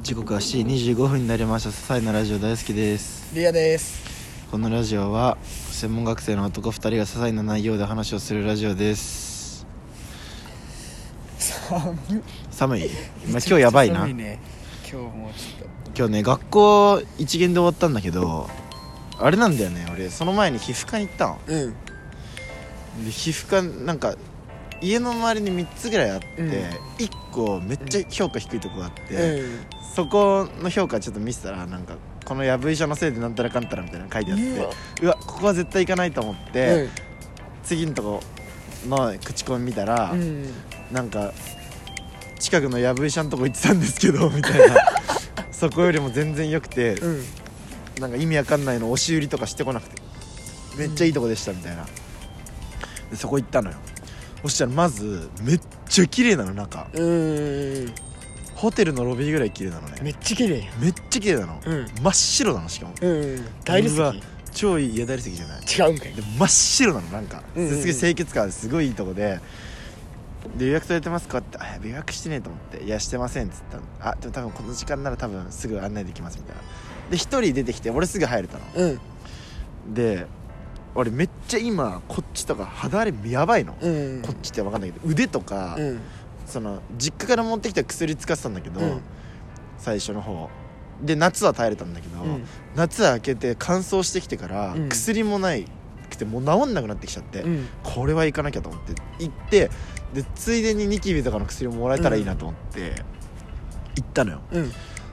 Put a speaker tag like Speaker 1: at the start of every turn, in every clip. Speaker 1: 時刻は7時25分になりました些細なラジオ大好きです
Speaker 2: リアです
Speaker 1: このラジオは専門学生の男2人が些細な内容で話をするラジオです
Speaker 2: 寒
Speaker 1: 寒い、まあ、今日やばいな
Speaker 2: 寒ね今日もちょっ
Speaker 1: 今日ね学校一限で終わったんだけどあれなんだよね俺その前に皮膚科に行ったの
Speaker 2: とうん
Speaker 1: で皮膚科なんか家の周りに3つぐらいあって、
Speaker 2: うん
Speaker 1: 1個めっちゃ評価低いとこがあって、
Speaker 2: うん
Speaker 1: そこの評価ちょっと見てたらなんかこのやぶ医者のせいでなんたらかんたらみたいなの書いてあって
Speaker 2: うわ
Speaker 1: うわここは絶対行かないと思って、次のとこの口コミ見たら、
Speaker 2: うんうん
Speaker 1: なんか近くのやぶ医者のとこ行ってたんですけどみた いなそこよりも全然良くて、
Speaker 2: うん
Speaker 1: なんか意味わかんないの押し売りとかしてこなくてめっちゃいいとこでしたみたいな、でそこ行ったのよそしたらまずめっちゃ綺麗なの中
Speaker 2: うん
Speaker 1: ホテルのロビーぐらい綺麗なのね
Speaker 2: めっちゃ綺麗や
Speaker 1: めっちゃ綺麗なの、
Speaker 2: うん
Speaker 1: 真っ白なのしかも
Speaker 2: うん大理石
Speaker 1: うわ超いいいや大理石じゃない
Speaker 2: 違うんかい
Speaker 1: で真っ白なのなんか、
Speaker 2: うんうんうん
Speaker 1: すごい清潔感すごいいいとこで「で予約取れてますか?」って「あやべ予約してねえ」と思って「いやしてません」っつったのあでも多分この時間なら多分すぐ案内できます」みたいなで一人出てきて俺すぐ入れたの
Speaker 2: うん
Speaker 1: で俺めっちゃ今こっちとか肌荒れやばいの、
Speaker 2: うん
Speaker 1: こっちって分かんないけど腕とか、
Speaker 2: うん
Speaker 1: その実家から持ってきた薬使ってたんだけど、
Speaker 2: うん
Speaker 1: 最初の方で夏は耐えれたんだけど、
Speaker 2: うん
Speaker 1: 夏明けて乾燥してきてから、
Speaker 2: うん
Speaker 1: 薬もないくてもう治んなくなってきちゃって、
Speaker 2: うん
Speaker 1: これは行かなきゃと思って行ってでついでにニキビとかの薬ももらえたらいいなと思って、行ったのよ
Speaker 2: うん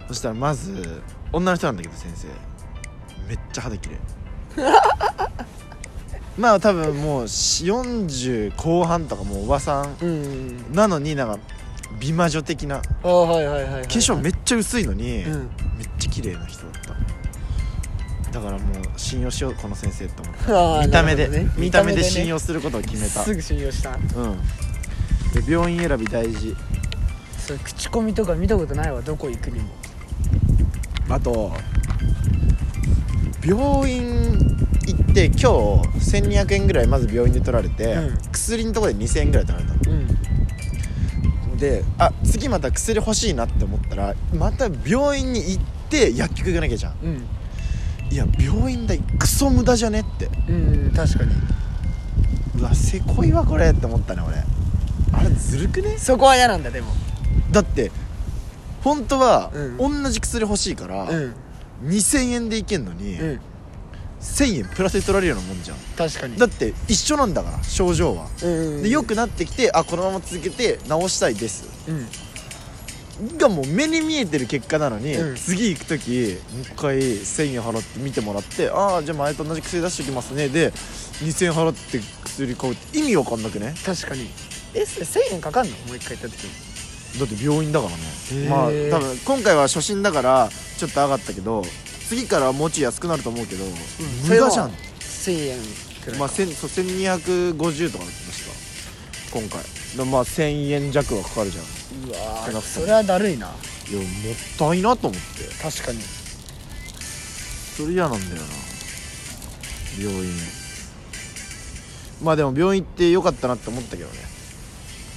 Speaker 1: そしたらまず女の人なんだけど先生めっちゃ肌 綺麗まあ多分もう40後半とかもうおばさん
Speaker 2: うん
Speaker 1: なのになんか美魔女的な化
Speaker 2: ああはいはいはいはい化
Speaker 1: 粧めっちゃ薄いのに、
Speaker 2: うん
Speaker 1: めっちゃ綺麗な人だっただからもう信用しようこの先生と思って
Speaker 2: あー
Speaker 1: 見た目で、
Speaker 2: なるほどね
Speaker 1: 見た目で
Speaker 2: ね
Speaker 1: 信用することを決めた
Speaker 2: すぐ信用した
Speaker 1: うんで病院選び大事
Speaker 2: それ口コミとか見たことないわどこ行くにも
Speaker 1: あと病院行って今日1200円ぐらいまず病院で取られて、
Speaker 2: うん
Speaker 1: 薬のところで2000円ぐらい取られたの
Speaker 2: うん
Speaker 1: であ次また薬欲しいなって思ったらまた病院に行って薬局行かなきゃじゃん
Speaker 2: うん
Speaker 1: いや病院代クソ無駄じゃねって
Speaker 2: うん確かに
Speaker 1: うわせこいわこれって思ったね俺あれずるくね
Speaker 2: そこは嫌なんだでも
Speaker 1: だって本当は、
Speaker 2: う
Speaker 1: 同じ薬欲しいから、
Speaker 2: うん
Speaker 1: 2000円でいけんのに、
Speaker 2: うん
Speaker 1: 1000円プラスで取られるようなもんじゃん
Speaker 2: 確かに
Speaker 1: だって一緒なんだから症状は、
Speaker 2: うん
Speaker 1: でよくなってきてあこのまま続けて治したいです
Speaker 2: うん
Speaker 1: がもう目に見えてる結果なのに、
Speaker 2: うん
Speaker 1: 次行く時もう一回1000円払って見てもらってああじゃあ前と同じ薬出しておきますねで2000円払って薬買うって意味わかんなくね
Speaker 2: 確かにえそれ1000円かかんのもう一回行った時に
Speaker 1: だって病院だからね
Speaker 2: へー
Speaker 1: まあ多分今回は初心だからちょっと上がったけど次からはもうちょい安くなると思うけど、無駄じゃん
Speaker 2: 1000円くらい
Speaker 1: まあ、千そう1250とかだった確か今回でまあ1000円弱はかかるじゃん
Speaker 2: うわ
Speaker 1: 少な
Speaker 2: ー
Speaker 1: くとも
Speaker 2: それはだるい
Speaker 1: や
Speaker 2: ない
Speaker 1: もったいなと思って
Speaker 2: 確かに
Speaker 1: それ嫌なんだよな病院まあでも病院行ってよかったなって思ったけどね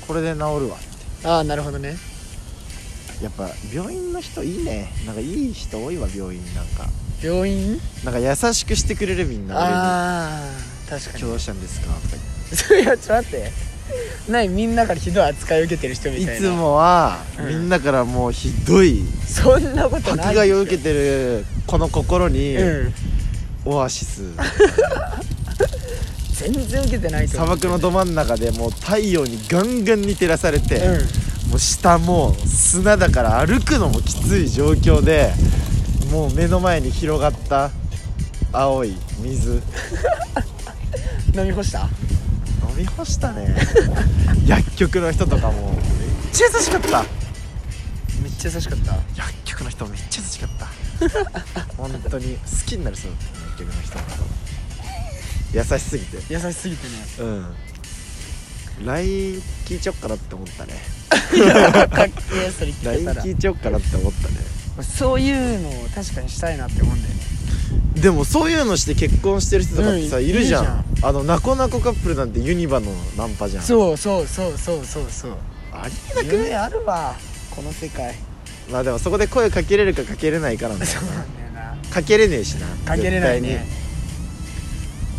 Speaker 1: これで治るわっ
Speaker 2: ああなるほどね
Speaker 1: てやっぱ病院の人いいねなんかいい人多いわ病院なんか
Speaker 2: 病院
Speaker 1: なんか優しくしてくれるみんな
Speaker 2: ああ確
Speaker 1: 俺
Speaker 2: か
Speaker 1: に今日どうしたんですかとか言って
Speaker 2: に それはちょっと待って何みんなからひどい扱いを受けてる人み
Speaker 1: い
Speaker 2: たいない
Speaker 1: つもは、
Speaker 2: うん
Speaker 1: みんなからもうひどい
Speaker 2: そんなこと
Speaker 1: 迫
Speaker 2: ない
Speaker 1: 害を受けてるこの心に、
Speaker 2: うん
Speaker 1: オアシス
Speaker 2: 全然受けてないと
Speaker 1: 砂
Speaker 2: 思う
Speaker 1: 漠のど真ん中でもう太陽にガンガンに照らされて、
Speaker 2: うん
Speaker 1: もう下もう砂だから歩くのもきつい状況でもう目の前に広がった青い水飲
Speaker 2: 飲み干した
Speaker 1: み干した ね薬局の人とかもめっちゃ優しかった
Speaker 2: めっちゃ優しかった
Speaker 1: 薬局の人めっちゃ優しかった 本当に好きになるそうだったね薬局の人のこと優しすぎて
Speaker 2: 優しすぎてね
Speaker 1: う ん LINE 聞いちゃおっかなって思ったね
Speaker 2: かっけえそれ聞け
Speaker 1: LINE
Speaker 2: たら
Speaker 1: 聞いちゃおっかなって思ったね
Speaker 2: そういうのを確かにしたいなって思うんだよね
Speaker 1: でもそういうのして結婚してる人とかってさ、
Speaker 2: うん
Speaker 1: いるじゃん
Speaker 2: いる
Speaker 1: あのなこなこカップルなんてユニバのナンパじゃん
Speaker 2: そうそうそうそうそうそう
Speaker 1: ありえなくね
Speaker 2: 夢あるわこの世界
Speaker 1: まあでもそこで声かけれるかかけれないかなんだよ
Speaker 2: そう
Speaker 1: な
Speaker 2: なんだよな
Speaker 1: かけれねえしな
Speaker 2: かけれないね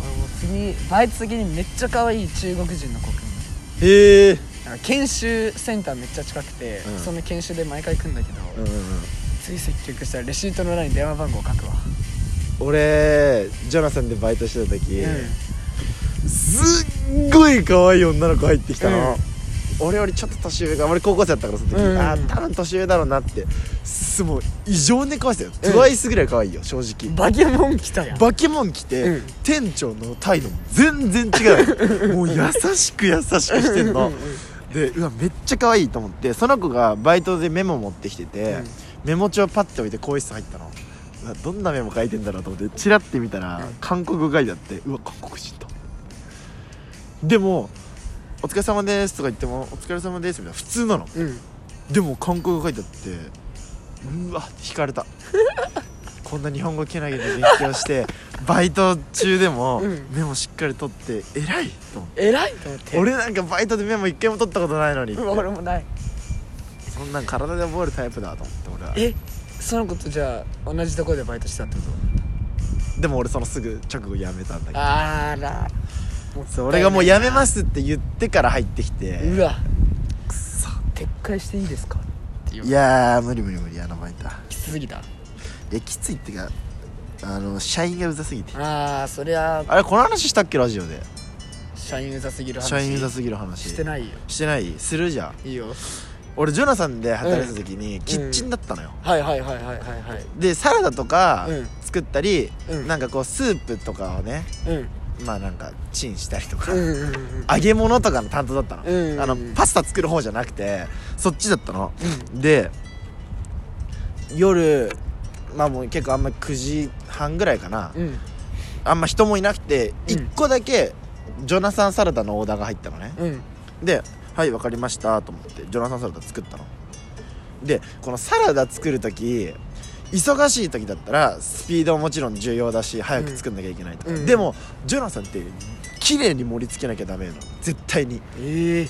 Speaker 1: 絶
Speaker 2: 俺もう次バイト先にめっちゃ可愛い中国人の子くん
Speaker 1: 対にへえ
Speaker 2: なんか研修センターめっちゃ近くて、
Speaker 1: うん
Speaker 2: その研修で毎回来んだけど、
Speaker 1: うんうんうん
Speaker 2: つい接客したらレシートの裏に電話番号書くわ、
Speaker 1: 俺ジョナサンでバイトしてた時、
Speaker 2: う
Speaker 1: すっごい可愛い女の子入ってきたの、
Speaker 2: うん
Speaker 1: 俺よりちょっと年上が俺高校生だったからその時、
Speaker 2: うん
Speaker 1: ああ多分年上だろうなってすもう異常に可愛いですよ
Speaker 2: うん
Speaker 1: トワイスぐらい可愛いよ正直
Speaker 2: ん、バケモン来たやん
Speaker 1: バケモン来て、
Speaker 2: うん
Speaker 1: 店長の態度も全然 違うもう優しく優しくしてんのでうわめっちゃ可愛いと思ってその子がバイトでメモ持ってきてて、
Speaker 2: うん
Speaker 1: メモ帳パッて置いて更衣室入ったのうわどんなメモ書いてんだろうと思ってチラッて見たら、
Speaker 2: うん
Speaker 1: 韓国語書いてあってうわ韓国人だでも「お疲れ様です」とか言っても「お疲れ様です」みたいな普通なの
Speaker 2: うん、うん、
Speaker 1: でも韓国語書いてあってうわ引かれ たこんな日本語けなげで勉強してバイト中でも
Speaker 2: うん
Speaker 1: メモしっかり取って偉いと思って
Speaker 2: 偉いと思って
Speaker 1: 俺なんかバイトでメモ一回も取ったことないのにって
Speaker 2: うん俺もない
Speaker 1: そんなん体で覚えるタイプだと思って俺は
Speaker 2: えその子とじゃあ同じとこでバイトしてたってこ
Speaker 1: でも俺そのすぐ直後辞めたんだけど
Speaker 2: とあらもったいないな
Speaker 1: そう俺がもう辞めますって言ってから入ってきて
Speaker 2: うわ
Speaker 1: くそ
Speaker 2: 撤回していいですかって言わ
Speaker 1: い
Speaker 2: れ
Speaker 1: やー無理無理無理あのバイトは
Speaker 2: きつすぎた
Speaker 1: いやきついってかあの社員がうざすぎて
Speaker 2: ああそりゃ
Speaker 1: あれこの話したっけラジオで
Speaker 2: 社員うざすぎる話
Speaker 1: 社員うざすぎる話
Speaker 2: してないよ
Speaker 1: してないするじゃん
Speaker 2: いいよ
Speaker 1: 俺ジョナサンで働いてた時にキッチンだったのよ、
Speaker 2: はいはいはいはいはいはい
Speaker 1: でサラダとか
Speaker 2: うん
Speaker 1: 作ったり、
Speaker 2: うん
Speaker 1: なんかこうスープとかをね
Speaker 2: うん
Speaker 1: まあなんかチンしたりとか、
Speaker 2: うんうんうんうん
Speaker 1: 揚げ物とかの担当だったの,、
Speaker 2: うん
Speaker 1: あのパスタ作る方じゃなくてそっちだったの、で夜まあもう結構あんま9時半ぐらいかな、
Speaker 2: うん
Speaker 1: あんま人もいなくて
Speaker 2: うん
Speaker 1: 1個だけジョナサンサラダのオーダーが入ったのね、
Speaker 2: うん
Speaker 1: で「はい分かりました」と思ってジョナサンサラダ作ったのでこのサラダ作る時忙しい時だったらスピードももちろん重要だし早く作んなきゃいけないとか、
Speaker 2: うん
Speaker 1: でもジョナサンって綺麗に盛り付けなきゃダメなの絶対に
Speaker 2: ええ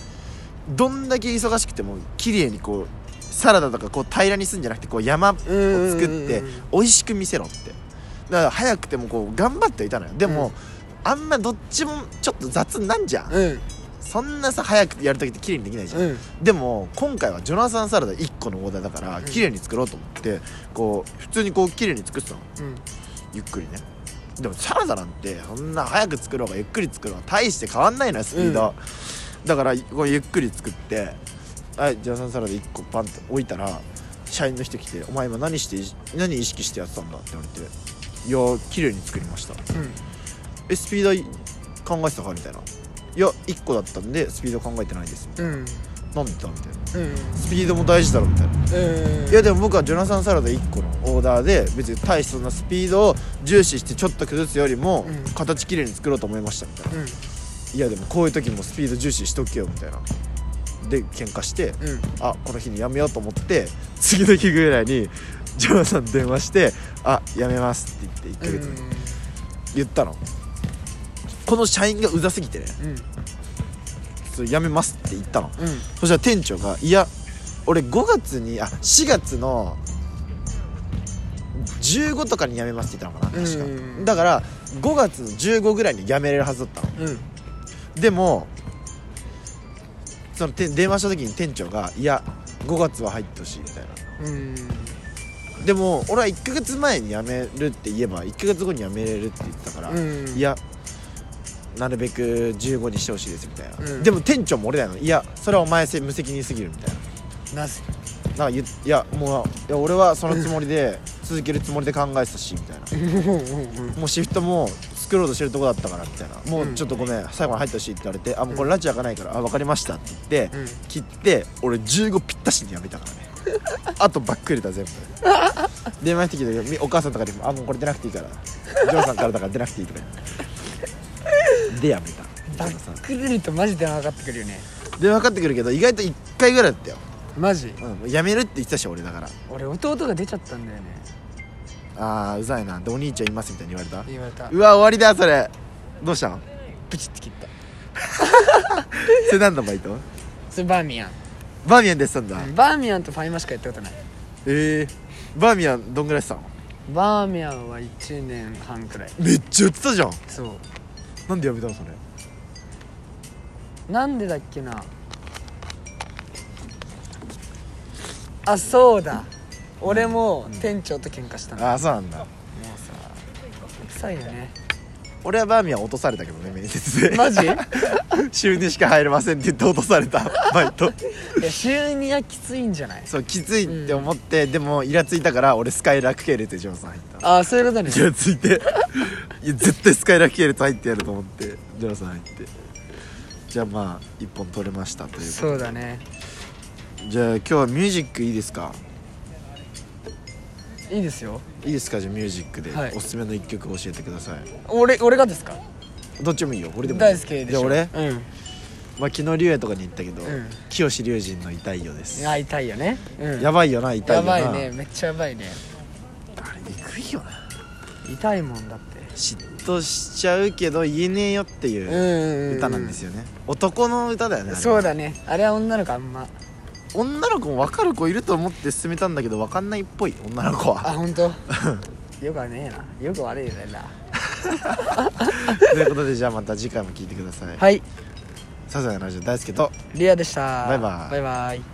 Speaker 1: どんだけ忙しくても綺麗にこうサラダとかこう平らにするんじゃなくてこう山を作
Speaker 2: うんう
Speaker 1: っ
Speaker 2: んうんう
Speaker 1: て
Speaker 2: ん
Speaker 1: 美味しく見せろってだから早くてもこう頑張ってはいたのよでも、
Speaker 2: うん
Speaker 1: あんまどっちもちょっと雑になんじゃん、
Speaker 2: うん
Speaker 1: そんなさ早くやる時って綺麗にできないじゃん、
Speaker 2: うん
Speaker 1: でも今回はジョナサンサラダ1個のオーダーだから
Speaker 2: ん
Speaker 1: 綺麗に作ろうと思ってこう普通にこう綺麗に作ってたの
Speaker 2: うん
Speaker 1: ゆっくりねでもサラダなんてそんな早く作ろうがゆっくり作ろうが大して変わんないのよスピード、だからこうゆっくり作ってはいジョナサンサラダ1個パンって置いたら社員の人来て「お前今何して何意識してやってたんだ?」って言われて「いや綺麗に作りました」
Speaker 2: うん
Speaker 1: えスピード考えてたかみたいな「いや1個だったんでスピード考えてないです」みたい
Speaker 2: うん
Speaker 1: な「なんでだ?」みたいな
Speaker 2: うん
Speaker 1: スピードも大事だろみたいな「
Speaker 2: うん
Speaker 1: いやでも僕はジョナサンサラダ1個のオーダーで別に大したそんなスピードを重視してちょっと崩すよりも
Speaker 2: うん
Speaker 1: 形きれいに作ろうと思いました」みたいな「
Speaker 2: うん
Speaker 1: いやでもこういう時もスピード重視しとけよ」みたいなで喧嘩して
Speaker 2: うん
Speaker 1: あこの日にやめようと思って次の日ぐらいにジョナサンに電話して「あやめます」って言って1ヶ月後に言ったの、この社員がうざすぎてね
Speaker 2: うん
Speaker 1: それやめますって言ったの
Speaker 2: うん
Speaker 1: そしたら店長が「いや俺5月にあ4月の15とかに辞めます」って言ったのかな確か、
Speaker 2: うん
Speaker 1: だから5月の15ぐらいに辞めれるはずだったの
Speaker 2: うん
Speaker 1: でもそのて電話した時に店長が「いや5月は入ってほしい」みたいな
Speaker 2: うん
Speaker 1: でも俺は1ヶ月前に辞めるって言えば1ヶ月後に辞めれるって言ってたから、
Speaker 2: うん
Speaker 1: いやなるべく15にしてほしいですみたいな、
Speaker 2: うん
Speaker 1: でも店長も俺だよいやそれはお前せ無責任すぎるみたいな
Speaker 2: なぜ
Speaker 1: なんか言っいやもういや俺はそのつもりで続けるつもりで考えてたしみたいなもうシフトも作ろうとしてるとこだったからみたいなもうちょっとごめん、最後に入ってほしいって言われてあもうこれラジ開かないから、あ分かりましたって言って、
Speaker 2: うん
Speaker 1: 切って俺15ぴったしにやめた からねあとばっくりだ全部電話してきた時みお母さんとかでも「あもうこれ出なくていいからジョーさんからだから出なくていい」とか言ってでやめた
Speaker 2: バ
Speaker 1: ジョーさん
Speaker 2: ックれるとマジで分かってくるよね
Speaker 1: で分かってくるけど意外と1回ぐらいだったよ、
Speaker 2: マジ
Speaker 1: うん、やめるって言ってたし俺だから
Speaker 2: 俺弟が出ちゃったんだよね
Speaker 1: あーうざいなでお兄ちゃんいますみたいに言われた
Speaker 2: 言われた
Speaker 1: うわ終わりだそれどうしたん
Speaker 2: プチって切った
Speaker 1: それ何のバイト
Speaker 2: それバーミヤン
Speaker 1: バーミヤンでしたんだ
Speaker 2: バーミヤンとファミマしかやったことない
Speaker 1: ええバーミヤンどんぐらいしてたの
Speaker 2: バーミヤンは1年半くらい
Speaker 1: めっちゃ売ってたじゃん
Speaker 2: そ
Speaker 1: なんでやめたのそれ
Speaker 2: うなんでだっけなあそうだ俺も店長と喧嘩したの、も
Speaker 1: ああそうなんだ
Speaker 2: うさ臭いよね
Speaker 1: 俺はバーミヤン落とされたけどね面接で
Speaker 2: マジいや
Speaker 1: 週にしか入れませんって言って落とされたバイト
Speaker 2: 週にはきついんじゃない
Speaker 1: そうきついって思って、でもイラついたから俺スカイラック系列でジョンさん入った
Speaker 2: あそういうことね
Speaker 1: イラついていや絶対スカイラック系列入ってやると思ってジョンさん入ってじゃあまあ一本取れましたということ
Speaker 2: そうだね
Speaker 1: じゃあ今日はミュージックいいですか
Speaker 2: いいですよ
Speaker 1: いいですかじゃあミュージックで、
Speaker 2: はい
Speaker 1: おすすめの一曲教えてください
Speaker 2: 俺俺がですか
Speaker 1: どっちもいいよ俺でもいい
Speaker 2: 大好きでしょ
Speaker 1: じゃあ俺、
Speaker 2: うん
Speaker 1: まあ、昨日龍也とかに行ったけど、
Speaker 2: ん
Speaker 1: 清志龍神の痛いよです
Speaker 2: あ痛いよね、うん、
Speaker 1: やばいよな痛い
Speaker 2: や
Speaker 1: よな
Speaker 2: ばいねめっちゃやばいね
Speaker 1: あれえぐいよな
Speaker 2: 痛いもんだって
Speaker 1: 嫉妬しちゃうけど言えねえよっていううん歌なんですよね、男の歌だよねあれは
Speaker 2: そうだねあれは女の子あんま
Speaker 1: 女の子も分かる子いると思って進めたんだけど分かんないっぽい女の子
Speaker 2: あ
Speaker 1: は
Speaker 2: 本当。 よくはねえなよく悪いよねな
Speaker 1: ということで じゃあまた次回も聞いてください、
Speaker 2: はい
Speaker 1: サザエのラジオ大輔と
Speaker 2: リアでした
Speaker 1: バイバイ
Speaker 2: バイバイ